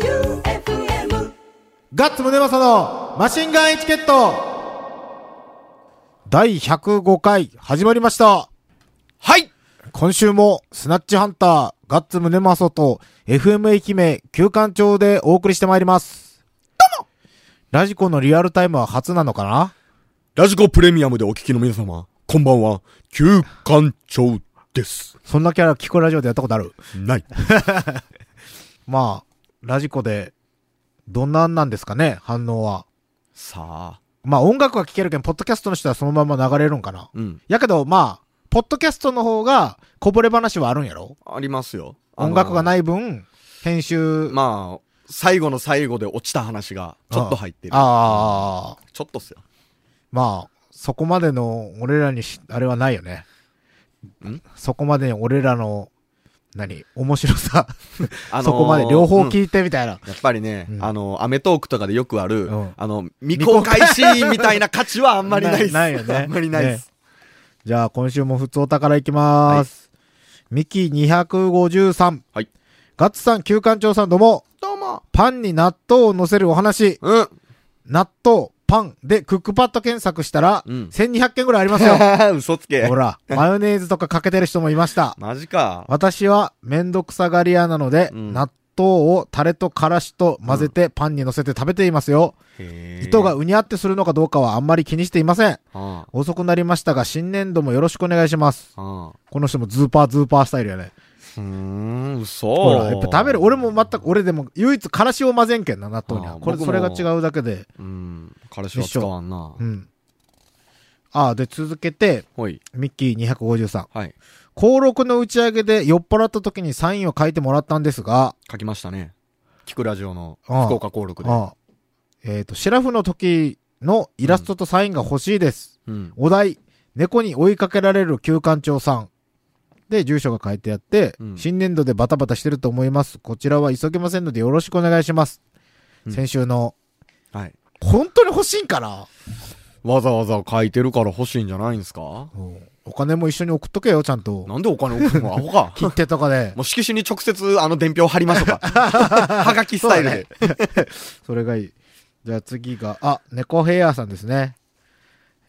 J-O-E-U-F-M ガッツムネマソのマシンガンエチケット第105回始まりましたはい今週もスナッチハンターガッツムネマソと FM 愛媛旧館長でお送りしてまいります。どうもラジコのリアルタイムは初なのかなラジコプレミアムでお聞きの皆様、こんばんは、旧館長です。そんなキャラ聞くラジオでやったことあるない。まあ、ラジコでどんなんなんですかね反応は。さあ、まあ音楽は聴けるけど、ポッドキャストの人はそのまま流れるんかなうん。やけど、まあ、ポッドキャストの方がこぼれ話はあるんやろありますよ。音楽がい。ない分、編集、まあ、最後の最後で落ちた話がちょっと入ってる。ああ、ちょっとっすよ。まあ、そこまでの俺らにし、あれはないよね。んそこまでに俺らの、何面白さ、あのーそこまで両方うん聞いてみたいな。やっぱりね、うんあの、アメトークとかでよくある、うんあの、未公開シーンみたいな価値はあんまりないっす。ないないよねあんまりないっす。じゃあ今週も普通お宝いきまーす。ミキ253。はい。ガッツさん、旧館長さんどうも、どうも。パンに納豆を乗せるお話。うん。納豆、パンでクックパッド検索したら、うん1200件ぐらいあり ますよ。嘘つけほ。ら、マヨネーズとかかけてる人もいました。マジか。私はめんどくさがり屋なので、うん納豆をタレとからしと混ぜてパンに乗せて食べていますよ。へー糸が、うにゃってするのかどうかはあんまり気にしていません。あ遅くなりましたが、新年度もよろしくお願いします。あ。この人もズーパーズーパースタイルやね。うーん、嘘。ほら、やっぱ食べる、俺も全く、俺でも唯一からしを混ぜんけんな、納豆にあは。ーこれ、僕そもれが違うだけで。うん。彼氏は使わんなう。ん。ああ、で続けて、ほい。ミッキー253。はい。高6の打ち上げで酔っ払った時にサインを書いてもらったんですが、書きましたね。キクラジオのああ福岡公録で。ああえっ、と、シェラフの時のイラストとサインが欲しいです。うん。お題、猫に追いかけられる旧館長さん。で、住所が書いてあって、うん新年度でバタバタしてると思います。こちらは急げませんのでよろしくお願いします。うん先週の、はい。本当に欲しいんかな、わざわざ書いてるから欲しいんじゃないんすかお金も一緒に送っとけよ、ちゃんと。なんでお金送るのアホ か。切手とかで。もう色紙に直接あの伝票貼りましょう か。はがきスタイルで。それがいい。じゃあ次が、あ、猫ヘアさんですね。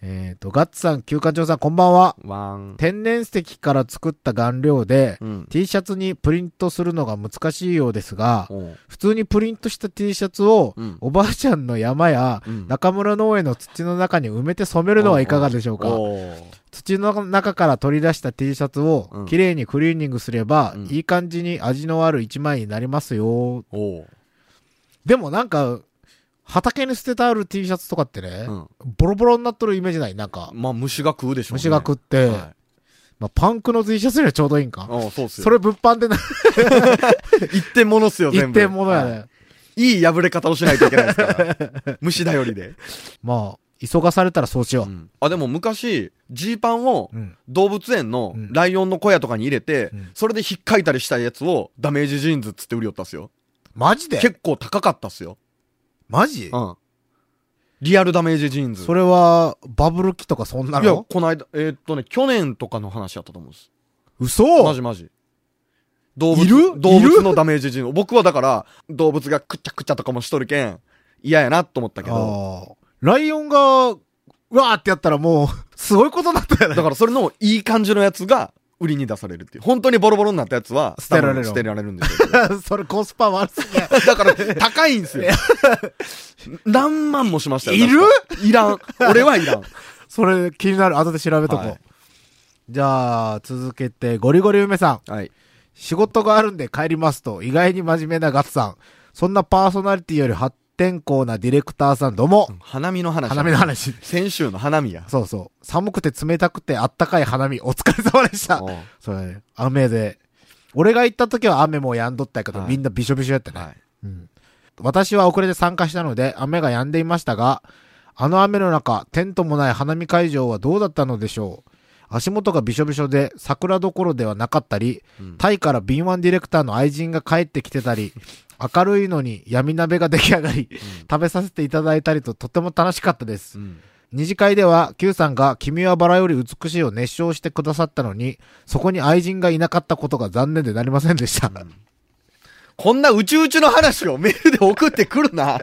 えっ、と、ガッツさん、旧館長さん、こんばんは。ワン。天然石から作った顔料で、うん。 T シャツにプリントするのが難しいようですが、おう普通にプリントした T シャツを、うんおばあちゃんの山や、うん中村農園の土の中に埋めて染めるのはいかがでしょうか、おう土の中から取り出した T シャツうをん綺麗にクリーニングすれば、うんいい感じに味のある一枚になりますよ。おうでもなんか、畑に捨ててある T シャツとかってね、うん。ボロボロになっとるイメージないなんか、まあ虫が食うでしょうね。虫が食って、はいまあ、パンクの T シャツよりはちょうどいいんか。おうそうっすよ。それ物販でな一点物っすよ、一全部。点ものやね。いい破れ方をしないといけないです から。虫頼りで。まあ、急がされたらそうしようんあ、でも昔、ジーパンをう。うん。動物園のうんライオンの小屋とかに入れて、うんそれで引っかいたりしたやつをダメージジーンズっつって売りよったっすよ。マジで結構高かったっすよ。マジうん。リアルダメージジーンズ。それは、バブル期とかそんないや、のこの間、えーっとね、去年とかの話やったと思うんです。マ嘘ジマジ。動物いる動いる物のダメージジーンズ。僕はだから、動物がくっちゃくちゃとかもしとるけん、嫌やなと思ったけど、ああ。ライオンが、うわーってやったらもう、 すごいことになったよ ね。だ からそれのいい感じのやつが売りに出されるっていう。本当にボロボロになったやつは、捨てられる多分捨てられるんですよ。それコスパ悪すぎ や。だから、高いんすよ。 何万もしましたよ。いる確かいらん。俺はいらん。それ気になる。後で調べとこう。はいじゃあ、続けて、ゴリゴリ梅さん。はい。仕事があるんで帰りますと、意外に真面目なガッツさん。そんなパーソナリティより発展光なディレクターさん、どうも。花見の話。花見の話。先週の花見や。そうそう。寒くて冷たくてあったかい花見、お疲れ様でしたお。うそうだね。雨で。俺が行った時は雨もうやんどったやけど、はいみんなびしょびしょやったね、はいうん。私は遅れて参加したので、雨が止んでいましたが、あの雨の中、テントもない花見会場はどうだったのでしょう足元がびしょびしょで、桜どころではなかったり、うんタイから敏腕ディレクターの愛人が帰ってきてた り、明るいのに闇鍋が出来上がり、食べさせていただいたりととても楽しかったですう。ん。二次会では Q さんが「君はバラより美しい」を熱唱してくださったのにそこに愛人がいなかったことが残念でなりませんでした、こんな宇宙宙の話をメールで送ってくる な。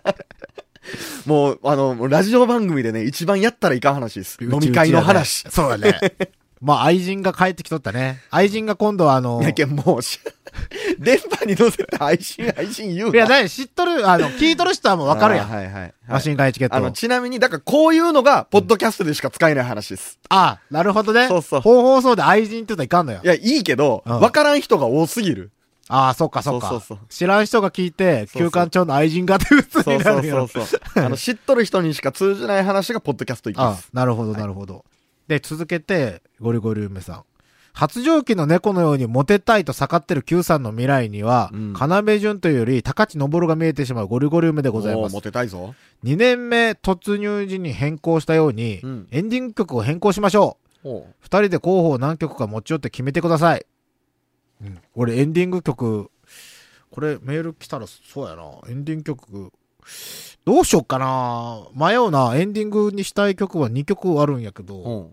もう、あの、もうラジオ番組でね、一番やったらいかん話です。 飲み会の話。うちうちだね そうだね。まあ、愛人が帰ってきとったね。愛人が今度はあの、いやけん、もうし、 電波に乗せて配信、配信言ういな。や、だい知っとる、あ の、聞いとる人はもうわかるやあん。ーはいはいはい。マシンガンエチケット。あの、ちなみに、だからこういうのが、ポッドキャストでしか使えない話です。あ、なるほどね。そうそう本放送で愛人って言ったらいかんのよい。や、いいけど、うんわからん人が多すぎる。ああ、そっかそっか。そうそうそう知らん人が聞いて、そうそう休館長の愛人がって普通そにうなそうるそよう。そう。 あの、知っとる人にしか通じない話が、ポッドキャストいきまあす。なるほど、なるほど。で、続けて、ゴリゴリ梅さん。発情期の猫のようにモテたいと盛ってる Q さんの未来には、うん要潤というより高知昇が見えてしまうゴリゴリ梅でございもまうすモ。テたいぞ。 2年目突入時に変更したように、うんエンディング曲を変更しましょう。おう2人で候補を何曲か持ち寄って決めてください。うん、俺エンディング曲、これメール来たらそうやな。エンディング曲、どうしよっかな。迷うな。エンディングにしたい曲は2曲あるんやけど、うん。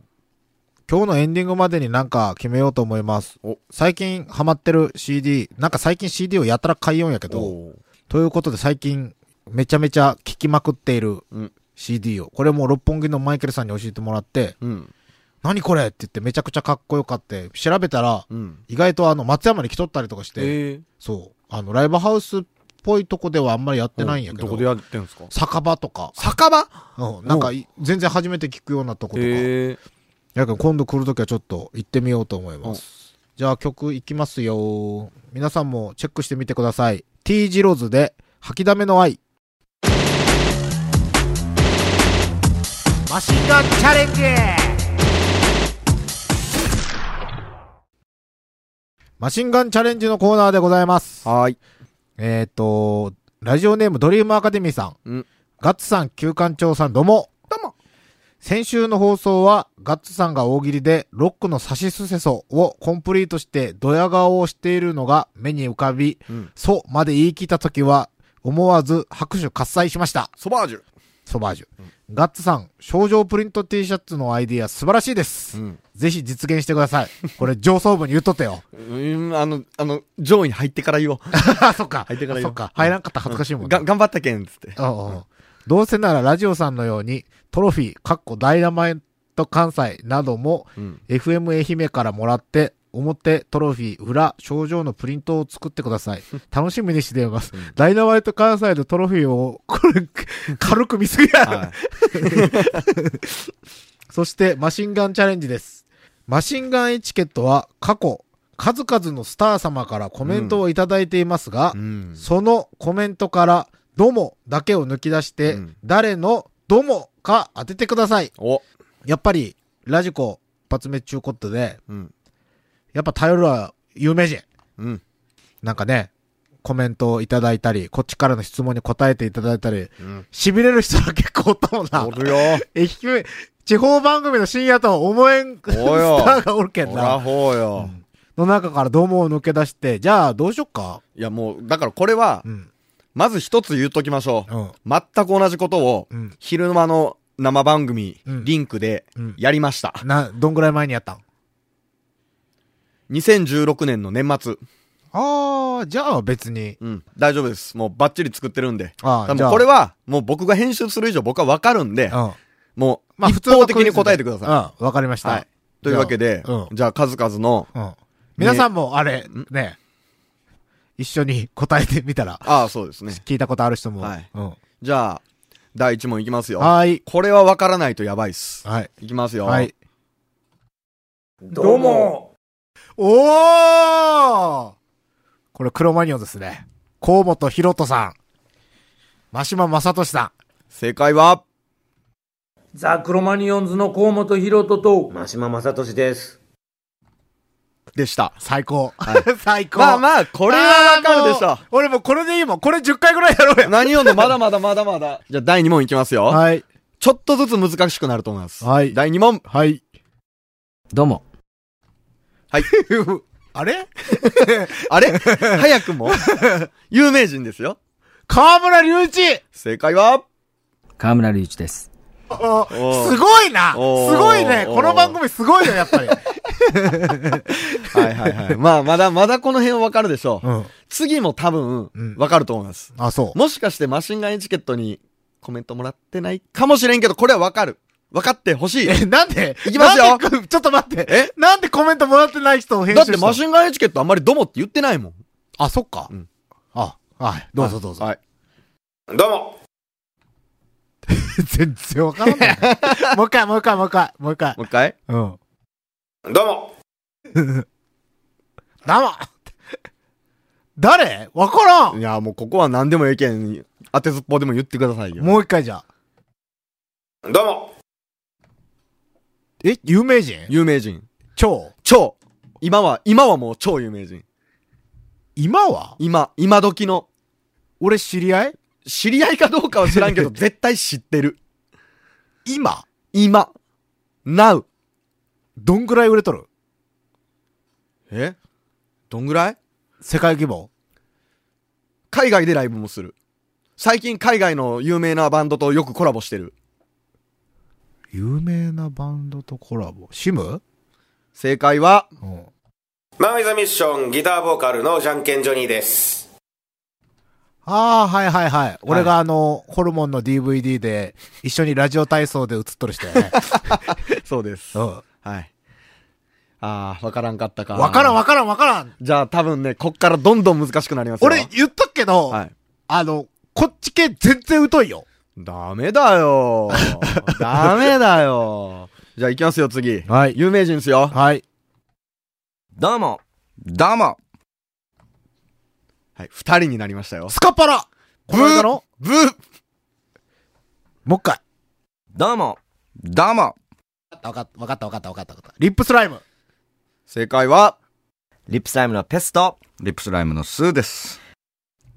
今日のエンディングまでになんか決めようと思いますお。最近ハマってる CD、なんか最近 CD をやたら買いようんやけど、おうということで最近めちゃめちゃ聴きまくっているうん CD を、これも六本木のマイケルさんに教えてもらって、うん。何これって言ってめちゃくちゃかっこよかって、調べたら、うん。意外とあの松山に来とったりとかして、えそう、あのライブハウスっぽいとこではあんまりやってないんやけど、どこでやってんすか酒場とか、酒場うん、なんかい全然初めて聞くようなとことか、えやけど今度来るときはちょっと行ってみようと思います。じゃあ曲いきますよ。皆さんもチェックしてみてください。T ジローズで吐きだめの愛。マシンガンチャレンジマシンガンチャレンジのコーナーでございます。はーい。えっ、と、ラジオネームドリームアカデミーさん。うんガッツさん、旧館長さん、どうも。どうも先週の放送は、ガッツさんが大喜利で、ロックのサシスセソをコンプリートして、ドヤ顔をしているのが目に浮かび、うんそうまで言い切った時は、思わず拍手喝采しました。ソバージュ。ソバージュ。ガッツさん、症状プリント T シャツのアイディア素晴らしいです。うんぜひ実現してください。これ上層部に言っとって よ。 うん、あの、あの、上位に入ってから言おう。あ、そっか。入ってから言おそうっか。入らんかったら恥ずかしいもん、ねが、頑張ったけん、つって。うんうんどうせならラジオさんのようにトロフィー、かっこダイナマイト関西などもうん。 FM 愛媛からもらって表トロフィー、裏、症状のプリントを作ってください。楽しみにしています。ダイナマイト関西のトロフィーを、 これ、軽く見すぎやろ、はそして、マシンガンチャレンジです。マシンガンエチケットは過去、数々のスター様からコメントをいただいていますが、い。うん。そのコメントから、どもだけを抜き出して、うん誰のどもか当ててください。 お。やっぱり、ラジコ、一発目中ことで、うん。やっぱ頼るは有名人。うん。なんかね、コメントをいただいたり、こっちからの質問に答えていただいたり、うん。痺れる人が結構おったもんなお。るよ。愛媛、地方番組の深夜とは思えんスタおよーがおるけんおらな。ほうよ。の中からどもを抜け出して、じゃあどうしよっか。いや、もう、だからこれはう、ん。まず一つ言っときましょうん。う。全く同じことをう、ん。昼間の生番組、うんリンクでうん、やりました。な、どんぐらい前にやったん2016年の年末。ああ、じゃあ別に。うん。大丈夫です。もうバッチリ作ってるんで。あ多あ、じ分ゃあ。これは、もう僕が編集する以上僕はわかるんで、うん。もう、まあ普一通の方的に答えてください。い。うん、わかりました。はい。というわけで、じゃあじゃあ数々の、うん。皆さんも、あれ、ね、一緒に答えてみたら、ああ、そうですね。聞いたことある人も。はいうん。じゃあ、第一問いきますよ。はい。これはわからないとやばいっす。はい。いきますよ。はい。どうもおーこれ、クロマニオンですね。河本ひろとさん。真島正俊さ正解は、ザ・クロマニオンズの河本ロ人と、真島正俊です。でしたん。。最高。 最高。まあまあ、ここれはわかるでしょ。俺もうこれでいいもん。これ10回ぐらいやろうや。何よりもまだまだまだまだ。 じゃあ第2問いきますよ。はい。ちょっとずつ難しくなると思います。はい第2問。はい。どうも。 あれあ れ早くも有名人ですよ。河村隆一正解は河村隆一です。おおーすごいなすおーごいねおー この番組すごいよ、やっぱり。はいはい はい。まあ、まだ、まだこの辺わかるでしょう。うん。次も多分うん、わかると思います。あ、そう。もしかしてマシンガンエチケットにコメントもらってないかもしれんけど、これはわかる。わかってほしい。え、なんでいきますよなんでちょっと待って。えなんでコメントもらってない人を編だ集しったてのマシンガンエチケットあんまりどもって言ってないもん。あ、そっか。うんあ、はい。どうぞどうぞ。はい。どうも 全然わから ない。もう一回、もう一回、もう一回、もう一回。もう一回うん。どどうもうも誰わからんいや、もうここは何でも意見、当てずっぽうでも言ってくださいよ。もう一回じゃあ。どうもえ、有名人有名人。超超。今は、今はもう超有名人。今は今、今時の、俺知り合い知り合いかどうかは知 らんけど、絶対知ってる。今今。now。どんぐらい売れとるえどんぐらい世界規模海外でライブもする。最近海外の有名なバンドとよくコラボしてる。有名なバンドとコラボ。シム正 解は、うん。マンウィザミッションギターボーカルのジャンケンジョニーです。ああ、はいはいはい。俺があの、ホルモンの DVD で、一緒にラジオ体操で映っとる人や ね。そうです。うはん。い。あー、わからんかったか。わからんわ。わからんわからん。じゃあ多分ね、こっからどんどん難しくなりますよ。俺言っとくけど、はい。あの、こっち系全然疎いよ。ダメだ よ。ダメだよ。じゃあ行きますよ、次。はい。有名人ですよ。はい。どうも、どうも、はい。二人になりましたよ。スカパラこの間のブーもう一回。どうも、どうも、わかったわかったわかったわかったわかった。リップスライム。正解は、リップスライムのペスト、リップスライムのスーです。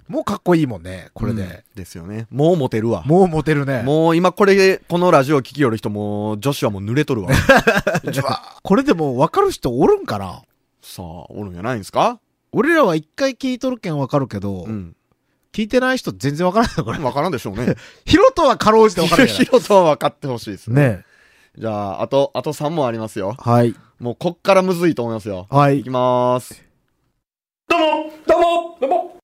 もうかっこいいもんね、これで。うんですよね。もうモテるわ。もうモテるね。もう今これ、このラジオ聞きよる人も、女子はもう濡れと るわ。 これでもうわかる人おるんかなさあ、おるんじゃないんですか俺らは一回聞いとるけんわかるけど、うん。聞いてない人全然わからないこれ。わからんでしょう ね。ヒロトはかろうじてわかる ヒロとは分かってほしいですね。ねじゃあ、あと、あと3問ありますよ。はい。もうこっからむずいと思いますよ。はいきまーす。どうもどうもどうも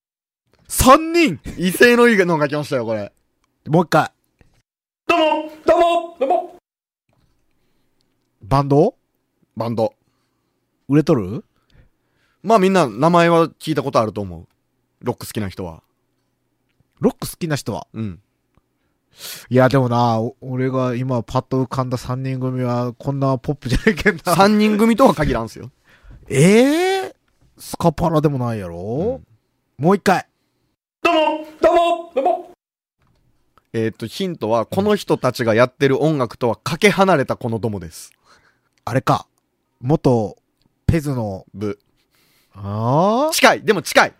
三人異性のいいのが来ましたよ、これ。もう一回。どうもどうもどうもバンドバンド。売れとるまあみんな、名前は聞いたことあると思う。ロック好きな人は。ロック好きな人はうん。いや、でもな、お俺が今パッと浮かんだ3人組は、こんなポップじゃないけんな。 3人組とは限らんすよ。 ええスカパラでもないやろ、もう一回。どうもどうもどうもえっと、ヒントは、この人たちがやってる音楽とはかけ離れたこのどもです。あれか。元、ペズの、ブ。ああ近いでも近い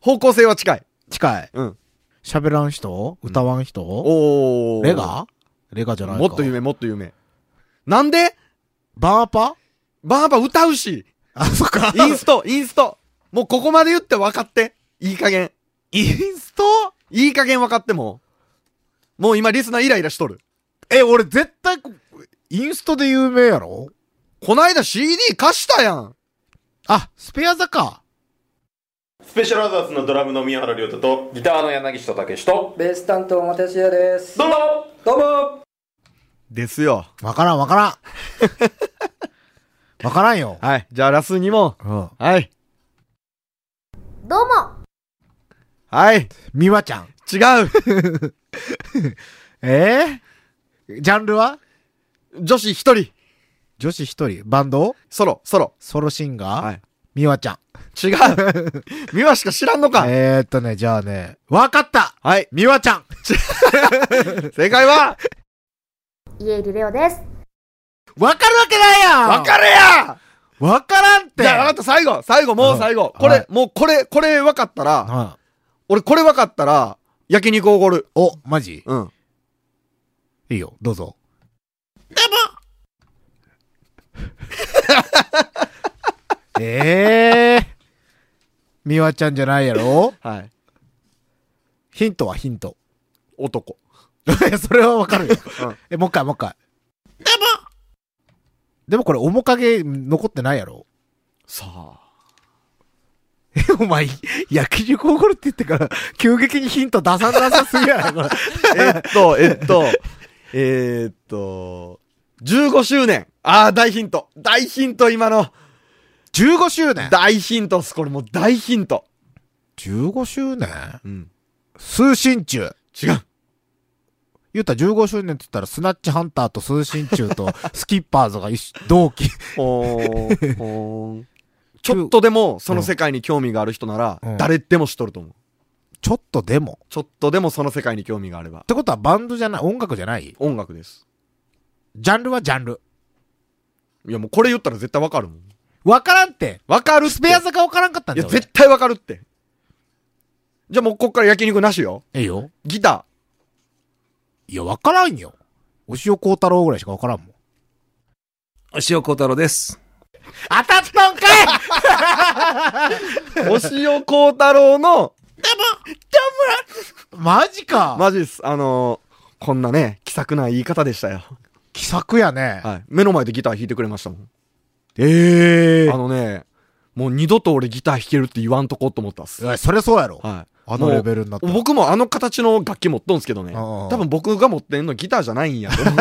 方向性は近い。近い。うん。喋らん人歌わん人、おー。レガレガじゃないか。もっと夢、もっと夢。なんでバーパバーバ歌うしあ、そっか。インスト、インスト。もうここまで言って分かって。いい加減。インストいい加減分かってもう。もう今リスナーイライラしとる。え、俺絶対こ、インストで有名やろこないだ CD 貸したやん。あ、スペア座か。スペシャルアザーズのドラムの宮原亮太とギターの柳下武史とベース担当私也です。どうもどうも。ですよ。わからんわ からん。わからんよ。はい。じゃあラス2問。うん。はい。どうもはい。ミワちゃん。違う。 ええジャンルは女子一人。女子一人。バンドソロ、ソロ。ソロシンガーはい。ミワちゃん。違う。 美和しか知らんのか。えー、っとね、じゃあね。わかったはい。ミワちゃん正解は家入レオですわかるわけないやん分かるやわからんってじゃあ分かった、最後、最後、もう最後。うんこはれい、もうこれ、これ分かったら、うん俺これ分かったら、焼肉おごる。お、マジうん。いいよ、どうぞ。でも ええー。ミワちゃんじゃないやろはい。ヒントはヒント。 男。いやそれはわかるようん。え、もう一回、もう一回。でもこれ面影残ってないやろ。 さあ。え、お前、焼肉おごるって言ってから、急激にヒント出さなさすぎやろ、これ。 えっ と、えっと、えっと、15周年。ああ、大ヒント。大ヒント、今の。 15周年大ヒントっす。これもう大ヒント。 !15 周年うん。通信中。違う。言ったら15周年って言ったら、スナッチハンターと通信中 と、スキッパーズが一緒同期。お ーおーちょっとでも、その世界に興味がある人ならうん、誰でも知っとると思う。ちょっとでも。ちょっとでもその世界に興味があればっ。てことはバンドじゃない、音楽じゃない音楽です。ジャンルはジャンル。いや、もうこれ言ったら絶対わかるもん。わからんってわかるって。スペア坂わからんかったんいだよ。や、俺絶対わかるって。じゃあもうこっから焼肉なしよ。ええよ。ギタいや、わからんよ。押尾幸太郎ぐらいしかわからんもん。塩小太郎です。当たったんか い ー。押尾幸太郎の、マジか、マジです。あのー、こんなね、気さくな言い方でしたよ。気さくやね。はい。目の前でギター弾いてくれましたもん。えあのね、もう二度と俺ギター弾けるって言わんとこうと思ったっす。いや、それそうやろ。はい。あのレベルになったらもう僕もあの形の楽器持っとんすけどね。ああああ多分僕が持ってんのギターじゃないんやと 思う。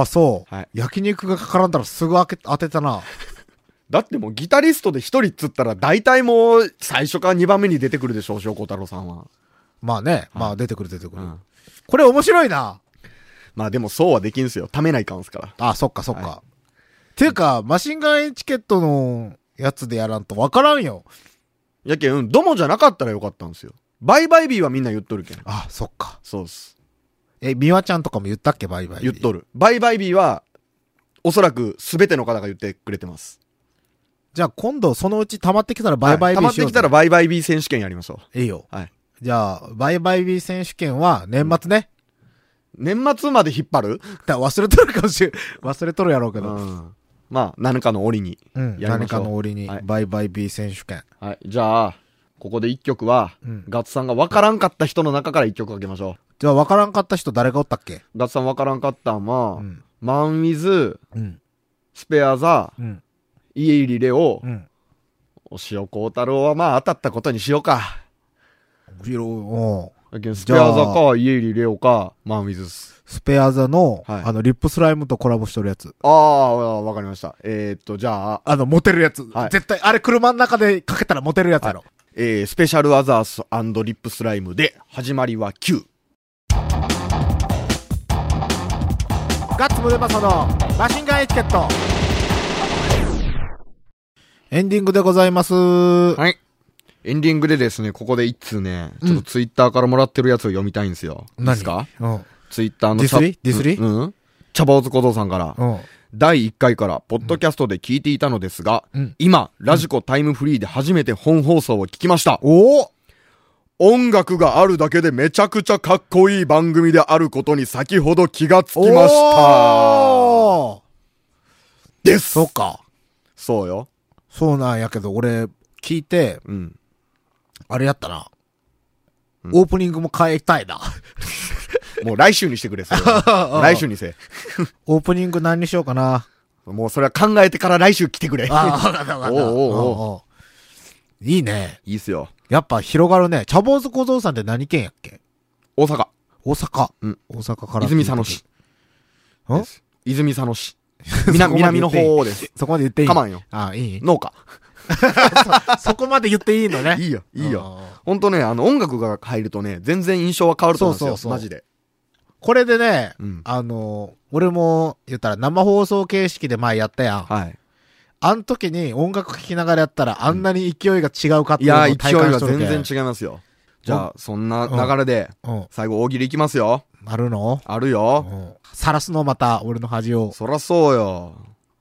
あ、そう、はい焼肉がかからんだらすぐ開け当てたな。だってもうギタリストで一人っつったら大体もう最初から二番目に出てくるでしょう、翔子太郎さんは。まあね、まあ出てくる出てくる。うんこれ面白いな。まあでもそうはできんすよ。ためないかんすから。あ、そっかそっか。ていうか、マシンガンエチケットのやつでやらんとわからんよ。やけん、うん、ドモじゃなかったらよかったんですよ。バイバイビーはみんな言っとるけん。あ、そっか。そうっす。え、ミワちゃんとかも言ったっけバイバイ。言っとる。バイバイビーは、おそらく全ての方が言ってくれてます。じゃあ今度そのうち溜まってきたらバイバイは B い溜まっしようてきぜたらバイバイビー選手権やりましょいいよ。はいじゃあ、バイバイ B 選手権は年末ね。う。年末まで引っ張るだ忘れとるかもしれん。 忘れとるやろうけど。ん。まあ、何かの折に。うん。やり何ましょかうの折にはい、バイバイ B 選手権。はい。じゃあ、ここで一曲は、うんガッツさんが分からんかった人の中から一曲かけましょじゃあ分からんかった人誰がおったっけう。ガッツさん分からんかったんは、うん。マンウィズ、うん。スペアザ、うん。イエイリレオ、うん。お塩幸太郎はまあ当たったことにしようか。いろおうスペアザか、イエリレオか、マンウィズス。スペア座の、はいあの、リップスライムとコラボしとるやつ。ああ、わかりました。えーっと、じゃあ、あの、モテるやつ。はい絶対、あれ車の中でかけたらモテるやつやろ。えースペシャルアザースリップスライムで、始まりは9。ガッツムデパソのマシンガンエチケット。エンディングでございます。はい。エンディングでですね、ここで一通ね、ちょっとツイッターからもらってるやつを読みたいんですよ。いいですかうん。ツイッターのディスリディスリうんうん。茶坊主小僧さんから、うん。第1回から、ポッドキャストで聞いていたのですが、うん今、ラジコタイムフリーで初めて本放送を聞きました。おお音楽があるだけでめちゃくちゃかっこいい番組であることに先ほど気がつきました。おーです。そうか。そうよ。そうなんやけど、俺、聞いて、うん。あれやったな。オープニングも変えたいな。もう来週にしてくれ、それ は来週にせ。オープニング何にしようかな。もうそれは考えてから来週来てくれ。ああ、わかったわかった。おうおうおううういいね。いいっすよ。やっぱ広がるね。茶坊主小僧さんって何県やっけ大阪。大阪。うん大阪から。泉佐野市。。んです泉佐野市。 そこ南まで言南っのていい 方です。そこまで言っていいかまんよ。ああ、いい農家。そこまで言っていいのね。 いいよ、いいよ。ああ。ほんとね、あの音楽が入るとね、全然印象は変わると思うんですよ。そうそうそうマジで。これでね、うんあの、俺も言ったら生放送形式で前やったやん。はい。あん時に音楽聴きながらやったらあんなに勢いが違うかっていいうのやをー、勢い体感がしとる全け然違いますよ。じゃあ、そんな流れで、うん。最後大喜利いきますよ。あるのあるうよ。ん。さらすのまた、俺の恥を。そらそうよ。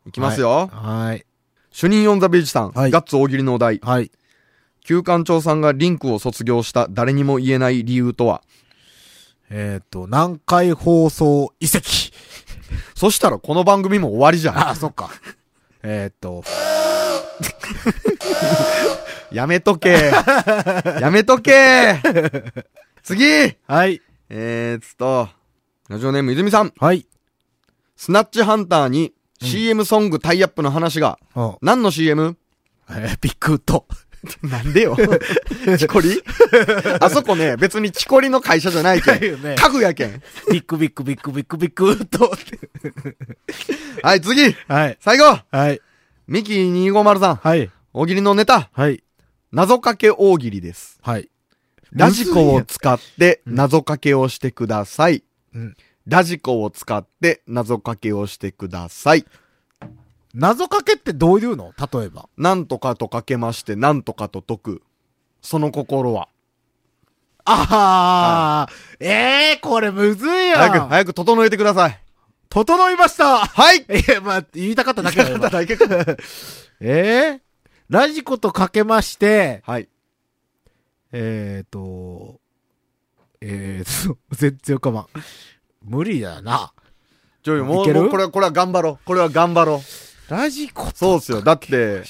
いきますよ。はーい。主任オンザビーチさん、はいガッツ大喜利のお題。はい。旧館長さんがリンクを卒業した誰にも言えない理由とはえっ、と、南海放送遺跡。そしたらこの番組も終わりじゃあ、そっか。えっと、ん。やめ とけ。やめとけ。次はい。えーっと、ラジオネーム泉さん、はい。スナッチハンターに CM ソングタイアップの話が、うん。何の CM? え、 ビッグウッド。なんでよ。チ コリあそこね、別にチコリの会社じゃないけだよねん。家具やけん。ビッグビッグビッグビッグビッグウッドって。はい、次はい。最後はい。ミキ250さん、はい。大喜利のネタ、はい。謎かけ大喜利です。はい。ラジコを使って謎かけをしてください。うんラジコを使って謎かけをしてください。謎かけってどういうの例えば。なんとかとかけまして、なんとかと解く。その心は。ああ、ええー、これむずい早く、やん。早く整えてください。整いました。はい いや、まあ、言いたかっただけだ よ。今だけか ええラジコとかけまして、はい。えっ、ー、と、えー、そう 全然浮かばん。無理だな。ちょい、も、いうけるもうこれは、これは頑張ろう。これは頑張ろう。ラジコとそうっすよ。だって、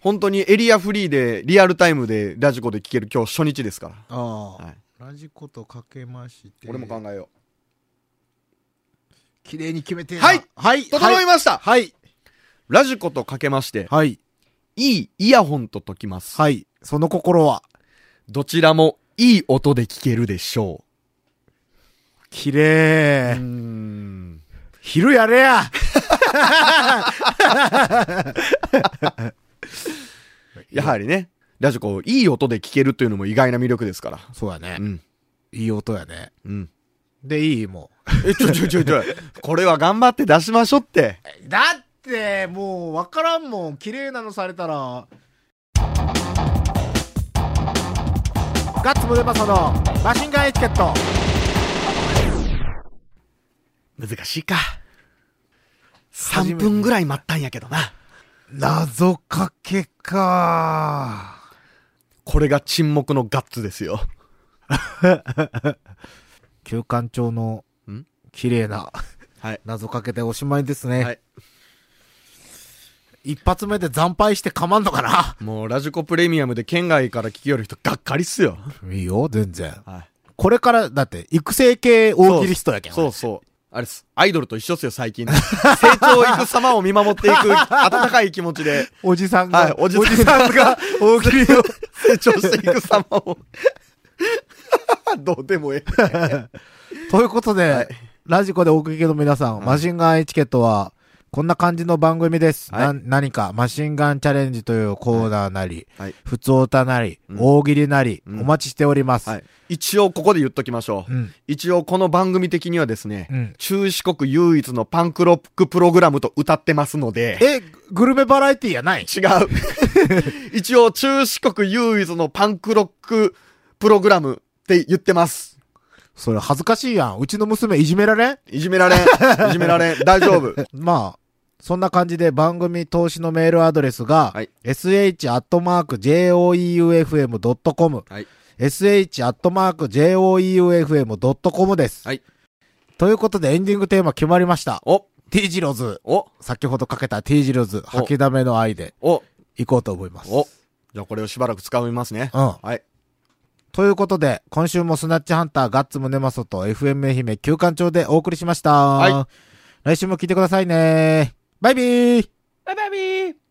本当にエリアフリーで、リアルタイムで、ラジコで聞ける今日初日ですから。ああ、はいラジコとかけまして。俺も考えよ綺麗に決めて。はいはい。う。整いました、はい。ラジコとかけまして、はい。いいイヤホンと解きます。はい。その心は、どちらもいい音で聞けるでしょ綺麗、う。うん。昼やれややはりね、ラジコ、いい音で聞けるというのも意外な魅力ですから。そうやねう。ん。いい音やね。うん。で、いいもえ、ちょちょちょちょ。これは頑張って出しましょうって。う。 だって、もう、わからんもん。綺麗なのされたら。ガッツムデパソのマシンガンエチケット。難しいか。3分ぐらい待ったんやけどな。謎かけか。これが沈黙のガッツですよ。旧館長のん綺麗なはい。謎かけでおしまいですね。はい一発目で惨敗してかまんのかな もうラジコプレミアムで県外から聞きよる人がっかりっすよ。いいよ、全然。はい。これから、だって、育成系大喜利ストやけん。そうそう。あれっす。アイドルと一緒っすよ、最近。成長いく様を見守ってい く、温かい気持ちで。おじさんが、はい、おじ さんが大喜利を成長していく様を。 どうでもええ。ということで、はいラジコでお送りの皆さん、マシンガンエチケットは、こんな感じの番組です。はいな何か、マシンガンチャレンジというコーナーなり、はい普通歌なり、うん大喜利なり、うんお待ちしております。はい。一応ここで言っときましょう。うん。一応この番組的にはですね、うん中四国唯一のパンクロックプログラムと歌ってますので、え、グルメバラエティやない違う。 一応中四国唯一のパンクロックプログラムって言ってます。それ恥ずかしいやん。うちの娘いじめられんいじめられん。いじめられん。大丈夫。まあ、そんな感じで番組投資のメールアドレスが、はい sh.joeufm.com、はい sh.joeufm.com です。はいということでエンディングテーマ決まりました。お、 T ジローズ、お、先ほどかけた T ジローズ、お吐きだめの愛でお、いこうと思います。お。じゃあこれをしばらく使いますね。うん。はい。ということで、今週もスナッチハンターガッツムネマソと FM 愛媛休館長でお送りしました。はい来週も聞いてくださいね。バイビーバイバイビー